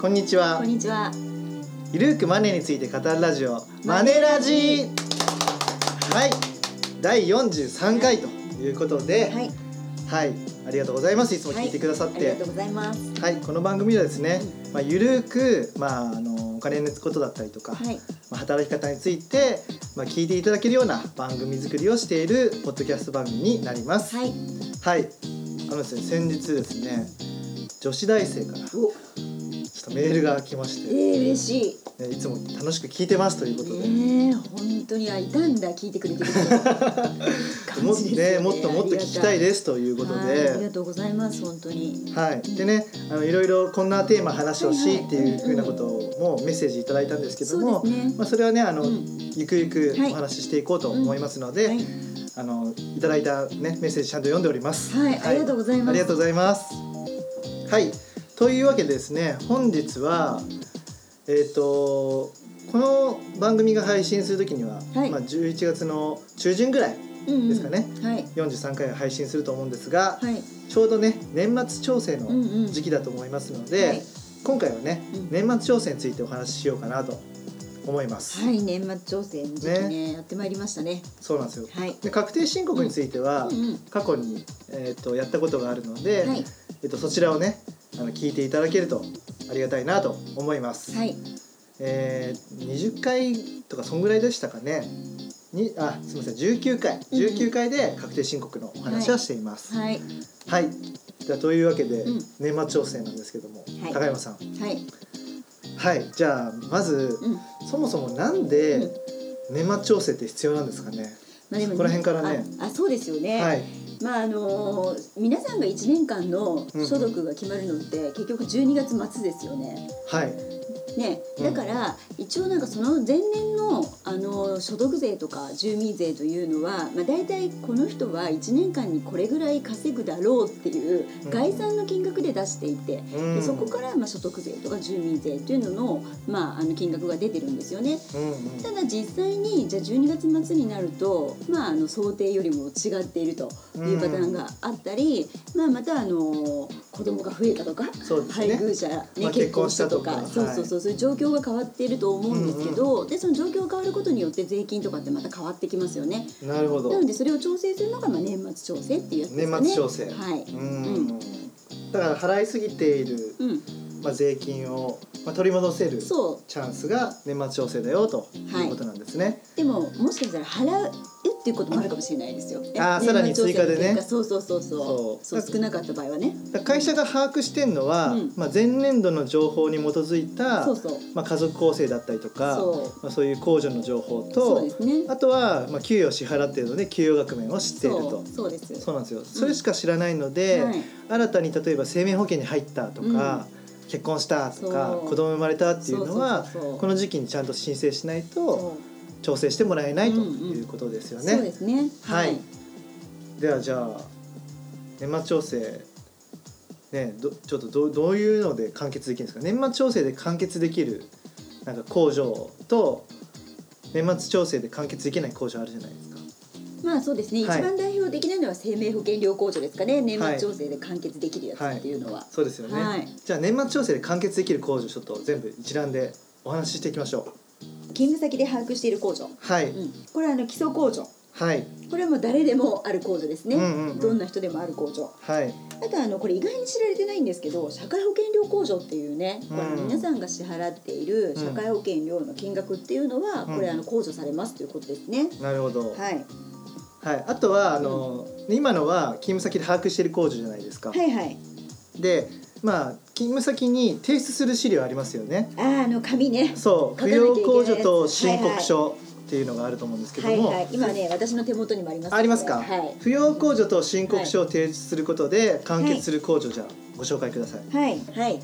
こんにちはこん。にちは。ゆるーくマネーについて語るラジオマネラジはい、第43回ということで、はい、はい、ありがとうございます。いつも聞いてくださっありて、がはとうございます。い、この番組はですね、まあゆるーくまああのお金のことだったりとか、はい、まあ働き方についてまあ聞いていただけるような番組作りをしているポッドキャスト番組になります。はい、はい、あのですね、先日ですね、女子大生からちょお、っとメールが来ましえて、ー、嬉しい。ねいつも楽しく聞いてますということで。ねえ、本当にあいたんだ聞いてくれてる人。 も感っとね、じですよもっともっと聞きたいですということはいありがで、とうございます本当に。はい、でね、あのいろいろこんなテーマ話をはしいはいっていうふうなこともメッセージいただいたんですけどそもう、ですね。まあそれはね、あの、うんゆくゆくはいお話ししていこうと思いますので、はい、あのいただいたねメッセージちゃんと読んでおります。はいありがとうございますありがとうございます。はい、というわけでですね、本日はえっ、とこの番組が配信するときには、はいまあ11月の中旬ぐらいうんうんですかね。はい、 43回を配信すると思うんですが、はい、ちょうどね年末調整うんのうん。時期期だと思いますので、はい今回はね、うん年末調整についてお話ししようかなと思います、はい、年末調整の時期ねやってまいりましたね。そうなんですよはい。で確定申告については、うんうん。過去に、えー、とやったことがあるので、はい、えー、とそちらをねあの聞いていただけるとありがたいなと思います、はい、えー20回とかそんぐらいでしたかねにあすみません19回19回で確定申告のお話はしています、はい、はい。じゃあというわけで、うん年末調整なんですけども、はい高山さん。はい、はい。じゃあまず、うん。まそもそもなんでうん年末調整って必要なんですかね。あでもそねこら辺からね。あ、あそうですよね。はい。まああの皆さんが1年間の所得が決まるのって、結局12月末ですよね。はい。ねうんだから、一応なんかその前年のあの所得税とか住民税というのは、まあ、大体この人は1年間にこれぐらい稼ぐだろうっていううん概算の金額で出していて。うでそこからまあ所得税とか住民税というのの,、まああの金額が出てるんですよね。うんうん。ただ実際にじゃあ12月末になると、まあ、あの想定よりも違っているというパターンがあったり、まあ、またあの子供が増えたとか、そうですね配偶者、ねまあ結婚したとか結婚したとかそうそうそう、そういう状況が変わっていると思うんですけど、でその状況が変わることによって税金とかってまた変わってきますよね。なるほど。なうのでそれを調整するのがまあ年末調整っていうやつですかね。年末調整はい。ーん。だから払いすぎている、うん、まあ、税金を、まあ、取り戻せるチそうャンスが年末調整だよということなんですね。でももしかしたら払うっていうこともあるかもしれないですよ。あーさらに追加でね年末調整の結果そうそうそうそう。そそうう少なかった場合はね。だから会社が把握してんのは、うんまあ、前年度の情報に基づいたそうそう。まあ、家族構成だったりとかそまあ、そういう控除の情報そうとですね。あとは、まあ、給与を支払っているので給与額面を知っているとそうそうです。そうなんですよそれしか知らないので、はい。新たに例えば生命保険に入ったとか、結婚したとかそう子供生まれたっていうのはそうそうそうそうこの時期にちゃんと申請しないとそ調整してもらえないとうんうんいうことですようね。そうですね。はい、ではじゃあ年末調整ねどちょっとどどういうので完結できるんですか年末調整で完結できるなんか工場と年末調整で完結できない工場あるじゃないですか。まあそうですね。一はい番代表的なのは生命保険料控除ですかね。年は末い調整で完結できるやつっていうのは。そうですよね、はいじゃあ年末調整で完結できる工場ちょっと全部一覧でお話ししていきましょう。勤務先で把握している控除。はい、うん。これはあの基礎控除。はいこれはもう誰でもある控除ですね。うんうんうんどんな人でもある控除。はいあとあのこれ意外に知られてないんですけど社会保険料控除っていうね、これうん皆さんが支払っている社会保険料の金額っていうのは、うんこれあの控除されますということですね。なるほど。はい、はい、あとはあの、今のは勤務先で把握している工場じゃないですか。はいはいでまあ勤務先に提出する資料ありますよねあーあの紙ね。そう扶書かなきゃいけない養やつ控除と申告書っていうのがあると思うんですけどはいも、はい今ね私の手元にもあります、ありますか、はい扶養控除と申告書を提出することで完結する控除じゃあご紹介くださいはいはい。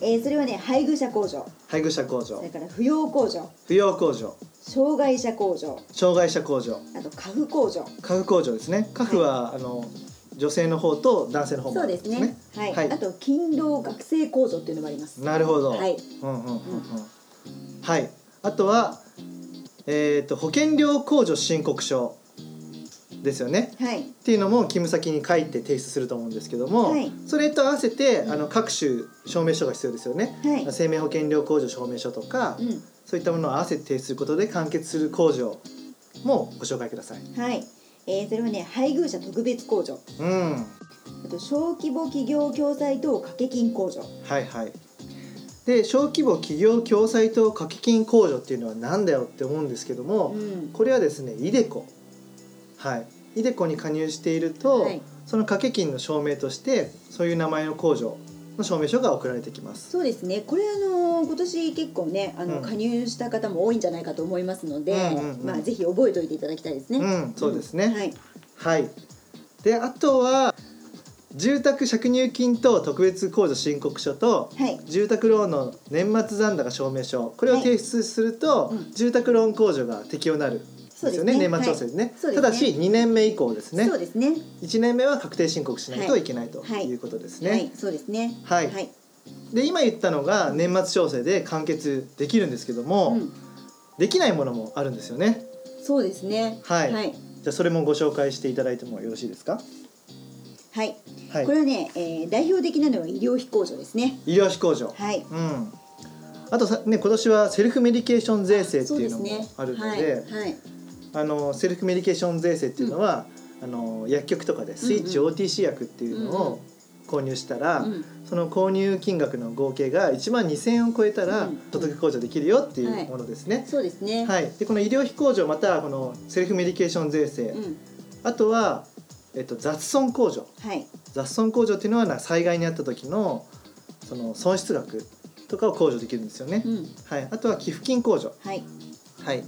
えーそれはね配偶者控除、配偶者控除それから扶養控除、扶養控除障害者控除、障害者控除あと家父控除。家父控除ですね家父は、あの女性の方と男性の方もそあうるんですね。はい。はいあと勤労学生控除っていうのもあります。なるほど、はいうんうんうんうんはいあとはえっ、と保険料控除申告書ですよね。はいっていうのも勤務先に書いて提出すると思うんですけども、はいそれと合わせてあの各種証明書が必要ですよね。はい生命保険料控除証明書とか、うそういったものを合わせて提出することで完結する控除もご紹介ください。んはいえー、それはね配偶者特別控除うん、あと小規模企業共済等掛け金控除はいはい。で小規模企業共済等掛け金控除っていうのは何だよって思うんですけども、んこれはですねイデコはいイデコに加入していると、はい、その掛け金の証明としてそういう名前の控除の証明書が送られてきます。そうですねこれあのー今年結構ねあの、うん加入した方も多いんじゃないかと思いますので、うんうんうんまあ、ぜひ覚えておいていただきたいですね、うん、そうですね。はいはい。で、あとは住宅借入金と特別控除申告書とはい住宅ローンの年末残高証明書、これを提出すると、はいうん住宅ローン控除が適用になる。そうですでよねすね年末調整でね,、そうですねただし2年目以降ですねそうですね1年目は確定申告しないとはいいけないとはいいうことですね、はいそうですねはいはい、で今言ったのが年末調整で完結できるんですけども、うん、できないものもあるんですよねそうですねはいはい、じゃあそれもご紹介していただいてもよろしいですかはいはいこれはね、えー代表的なのは医療費控除ですね医療費控除、はいうん、あとさ、ね、今年はセルフメディケーション税制ってそいうでうのすもねあるのではい、はい、あのセルフメディケーション税制っていうのは、あの薬局とかでスイッチうん OTC 薬っていうのを購入したら、うんその購入金額の合計が1万2,000円を超えたらうん届け控除できるよっていはいうものですね。そうですねはい、でこの医療費控除またはこのセルフメディケーション税制、うんあとは、えっと、雑損控除はい雑損控除っていうのはな災害に遭った時のその損失額とかを控除できるんですよね。うんはい、あとは寄付金控除、はいはい、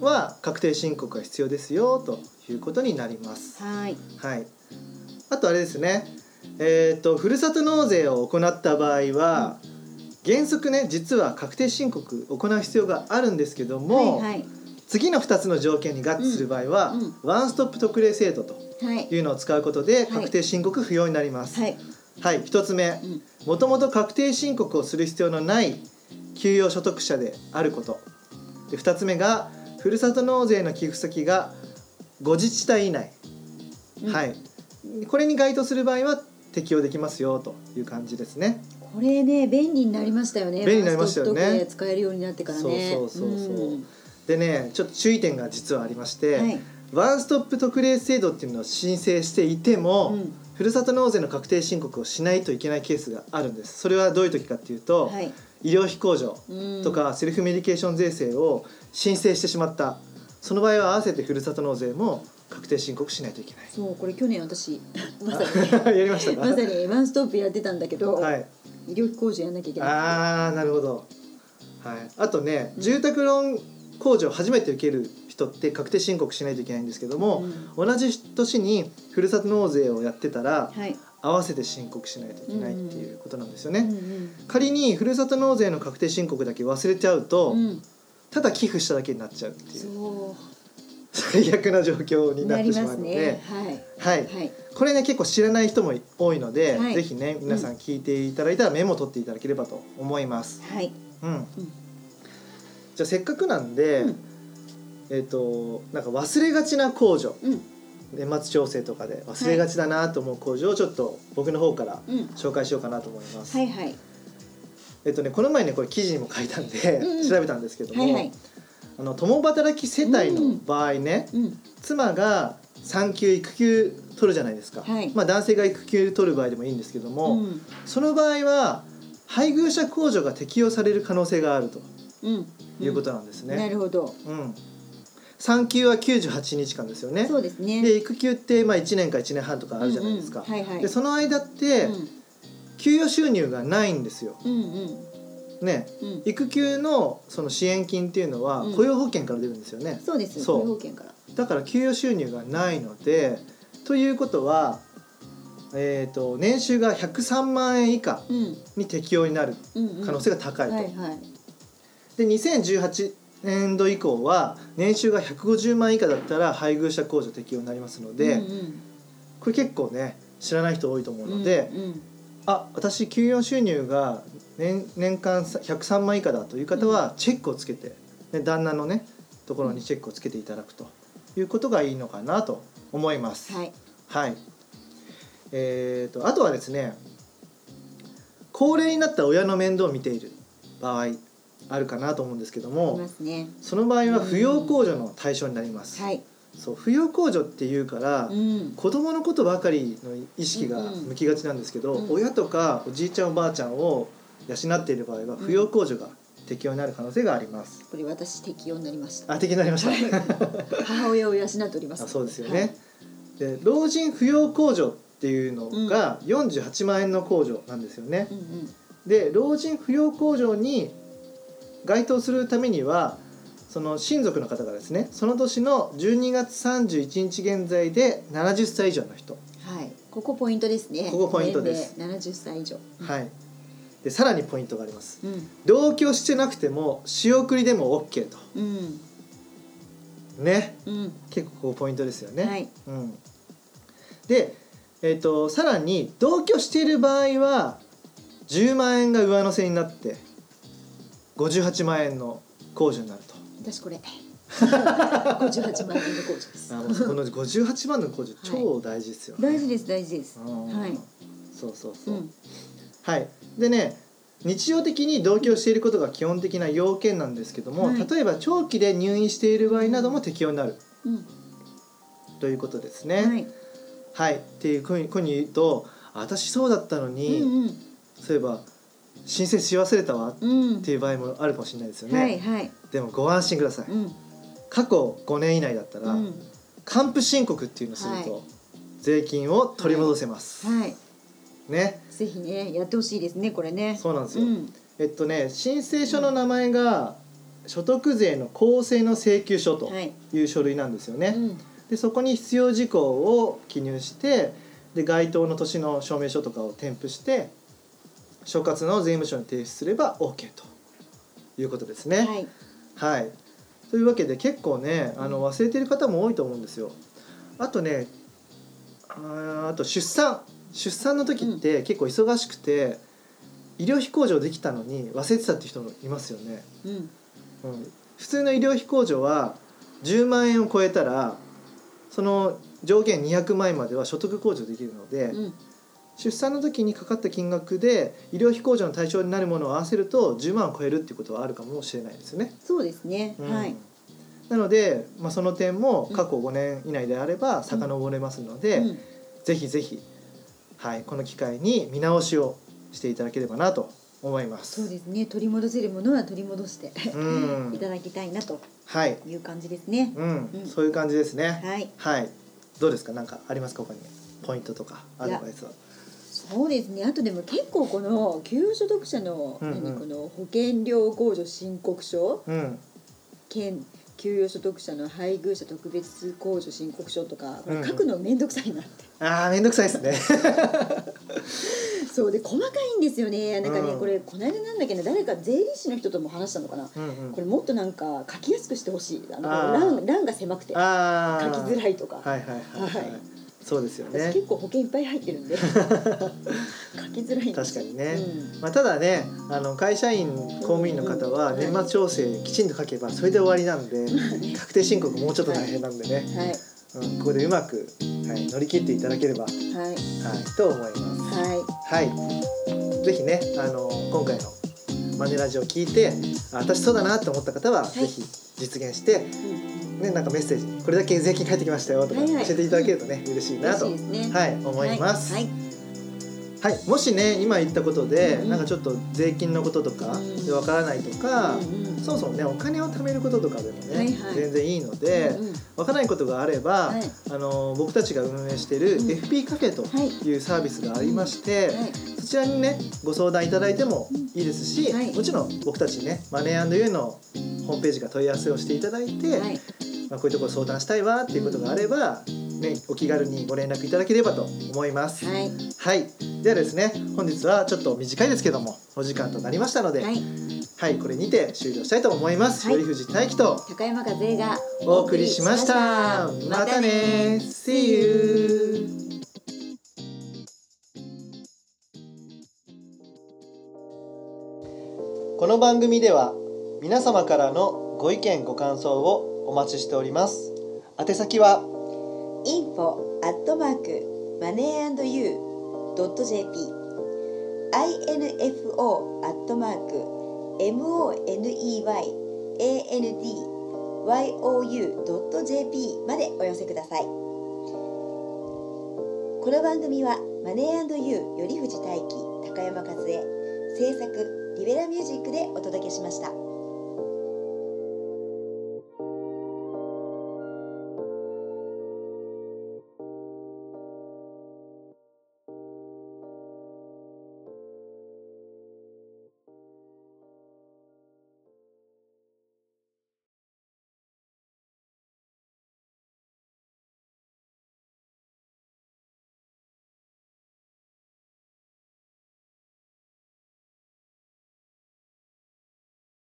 は確定申告が必要ですよということになります。はいはい、あとあれですね、えー、とふるさと納税を行った場合は、原則ね実は確定申告を行う必要があるんですけども、はいはい次の2つの条件に合致する場合は、うんうんワンストップ特例制度とはいいうのを使うことでい確定申告不要になります。はいはい、1つ目うんもともと確定申告をする必要のない給与所得者であることで2つ目がふるさと納税の寄付先が5自治体以内、うんはい、これに該当する場合は適用できますよという感じですね。これね便利になりましたよね便利になりましたよねワンストップ特例使えるようになってからねそうそうそうそうんでねちょっと注意点が実はありまして、はいワンストップ特例制度っていうのを申請していても、うんふるさと納税の確定申告をしないといけないケースがあるんです。それはどういう時かっていうと、はい医療費控除うんとかセルフメディケーション税制を申請してしまったその場合は合わせてふるさと納税も確定申告しないといけそうこれ去年私まさにない やりましたまさかにワンストップやってたんだけど、はい医療費控除やんなきゃいけないあーなるほど、はい、あとね住宅ローン控除を初めて受ける人って確定申告しないといけないんですけども、同じ年にふるさと納税をやってたらはい、合わせて申告しないといけないっていうことなんですよね、うんうん仮にふるさと納税の確定申告だけ忘れちゃうと、うん、ただ寄付しただけになっちゃうっていうそ最悪な状況うにななっりてしままうすので、ねはいはい、はいこれね結構知らない人も多いので、はいぜひね皆さん聞いていただいたらメモ取っていただければと思います。はいうんじゃあせっかくなんで、うんえっ、となんか忘れがちな控除うん年末調整とかで忘れがちだなと思う控除をちょっと僕の方からうん紹介しようかなと思います。はいはいえっとねこの前ねこれ記事にも書いたんで、うんうん調べたんですけども、はいはいあの共働き世帯の場合ね、うん妻が産休育休取るじゃないですか、はいまあ、男性が育休取る場合でもいいんですけども、うんその場合は配偶者控除が適用される可能性があるとうんいうことなんですなね。るほどうん産休は98日間ですよねそうですねで育休ってまあ1年か1年半とかあるじゃないですか、うんうんはいはいでその間ってうん給与収入がないんですよ、うんうんね、うん育休のその支援金っていうのはうん雇用保険から出るんですよね、そうですそう雇用保険からだから給与収入がないのでということは、えー、と年収が103万円以下うんに適用になるうんうん可能性が高いと、はいはいで2018年度以降は年収が150万円以下だったら配偶者控除適用になりますので、うんこれ結構ね知らない人多いと思ううんので、うんあ私給与収入が年年間さ103万円以下だという方はチェックをつけて、ね、旦那のねところにチェックをつけていただくということがいいのかなと思います。はいはい。えー、とあとはですね高齢になった親の面倒を見ている場合あるかなと思うんですけどいもますねその場合は扶養控除の対象になります、はいそう扶養控除っていうから、うん子供のことばかりの意識が向きがちなんですけど、うんうん親とかおじいちゃんおばあちゃんを養っている場合は扶養控除が適用になる可能性があります、これ私適用になりましたあ適用になりました母親を養っておりますあそうですよね、で老人扶養控除っていうのが48万円の控除なんですよねはい、、うんうんで老人扶養控除に該当するためにはその親族の方がですねその年の12月31日現在で70歳以上の人、はいここポイントですねここポイントです年齢70歳以上はいでさらにポイントがありますうん同居してなくても仕送りでも OK とうんねうん、結構ここポイントですよね、はいうん、で、えー、とさらに同居している場合は10万円が上乗せになって58万円の控除になると私 これ58万円の控除ですあもうこの58万の控除超大事ですよ、ね大事です大事ですうんはいそうそうそうう、んはいでね日常的に同居していることが基本的な要件なんですけども、はい例えば長期で入院している場合なども適用になるうんということですね。はいはい、っていうふうにふうに言うとあ私そうだったのに、うんうんそういえば申請し忘れたわっうんていう場合もあるかもしれないですよね、はいはいでもご安心くださいうん過去5年以内だったうら、ん還付申告っていうのをすると、は税金を取り戻せます、はいねぜひねやってほしいですねこれねそうなんですよ、んえっとね申請書の名前が所得税の公正の請求書とはいいう書類なんですよね、うんでそこに必要事項を記入してで該当の年の証明書とかを添付して所轄の税務署に提出すれば OK ということですね。ははいい、というわけで結構ねあうんの忘れてる方も多いと思うんですよ。あとねあーあと出産出産の時って結構忙しくて、医療費控除できたのに忘れてたって人もいますよね。うんうん普通の医療費控除は10万円を超えたらその上限200万円までは所得控除できるので、うん出産の時にかかった金額で医療費控除の対象になるものを合わせると10万を超えるっていうことはあるかもしれないですよね。そうですねうんはいなので、まあ、その点もうん過去5年以内であれば遡れますので、うんぜひぜひ、はい、この機会に見直しをしていただければなと思います。そうですね取り戻せるものは取り戻してうん いただきたいなとはい、いう感じですねうんうんそういう感じですね。はいはい。どうですか。なんかありますか他にポイントとかアドバイスは。そうですねあとでも結構この給所得者の,、うんうん何この保険料控除申告書うん。兼給与所得者の配偶者特別控除申告書とかこうんうれん書くの面倒くさいなって、ああめんどくさいです ね。そうで細かいんですよねなんかね、うんこれこの間なんだっけな誰か税理士の人とも話したのかな、うんうんこれもっとなんか書きやすくしてほしいあのあー欄欄が狭くて書きああ。づらいとか、はいはいはいはい。はいそうですよ私ね。結構保険いっぱい入って るんで書きづらいんです確かよにねうんまあただねあの会社員公務員の方はうん年末調整きちんと書けばそれで終わりなんで確定申告もうちょっと大変なんでね、はいうん、ここでうまく、はい、乗り切っていただければ、ははいい、と思います。はいはい。ぜひね、あの今回のマネラジオを聞いて、あ私そうだなと思った方は、いぜひ実現して、うんね、なんかメッセージ、これだけ税金返ってきましたよとか、はいはい教えていただけるとね、嬉しいな嬉と。しいですねはい、思います。は、はいい、もしね、今言ったことで、うんなんかちょっと税金のこととかうん、でわからないとか。うんうんそもそもね、お金を貯めることとかでもね、はいはい全然いいので、うんうんわからないことがあれば、はいあの僕たちが運営しているうん FP カフェとはいいうサービスがありまして、はいそちらにねご相談いただいてもいいですし、はいもちろん僕たちにねマネーユーのホームページから問い合わせをしていただいて、はいまあ、こういうところ相談したいわっていうことがあれば、ね、お気軽にご連絡いただければと思います。はいはいではですね本日はちょっと短いですけどもお時間となりましたので、ははいいこれにて終了したいと思います。はいより富士大輝と高山和恵がお送りしました。またね See you!「この番組では皆様からのご意見ご感想をお待ちしております宛先は info at mark moneyandyou.jp info at mark moneyandyou.jp までお寄せくださいこの番組はマネーユーより富士大輝高山和恵制作リベラミュージックでお届けしました。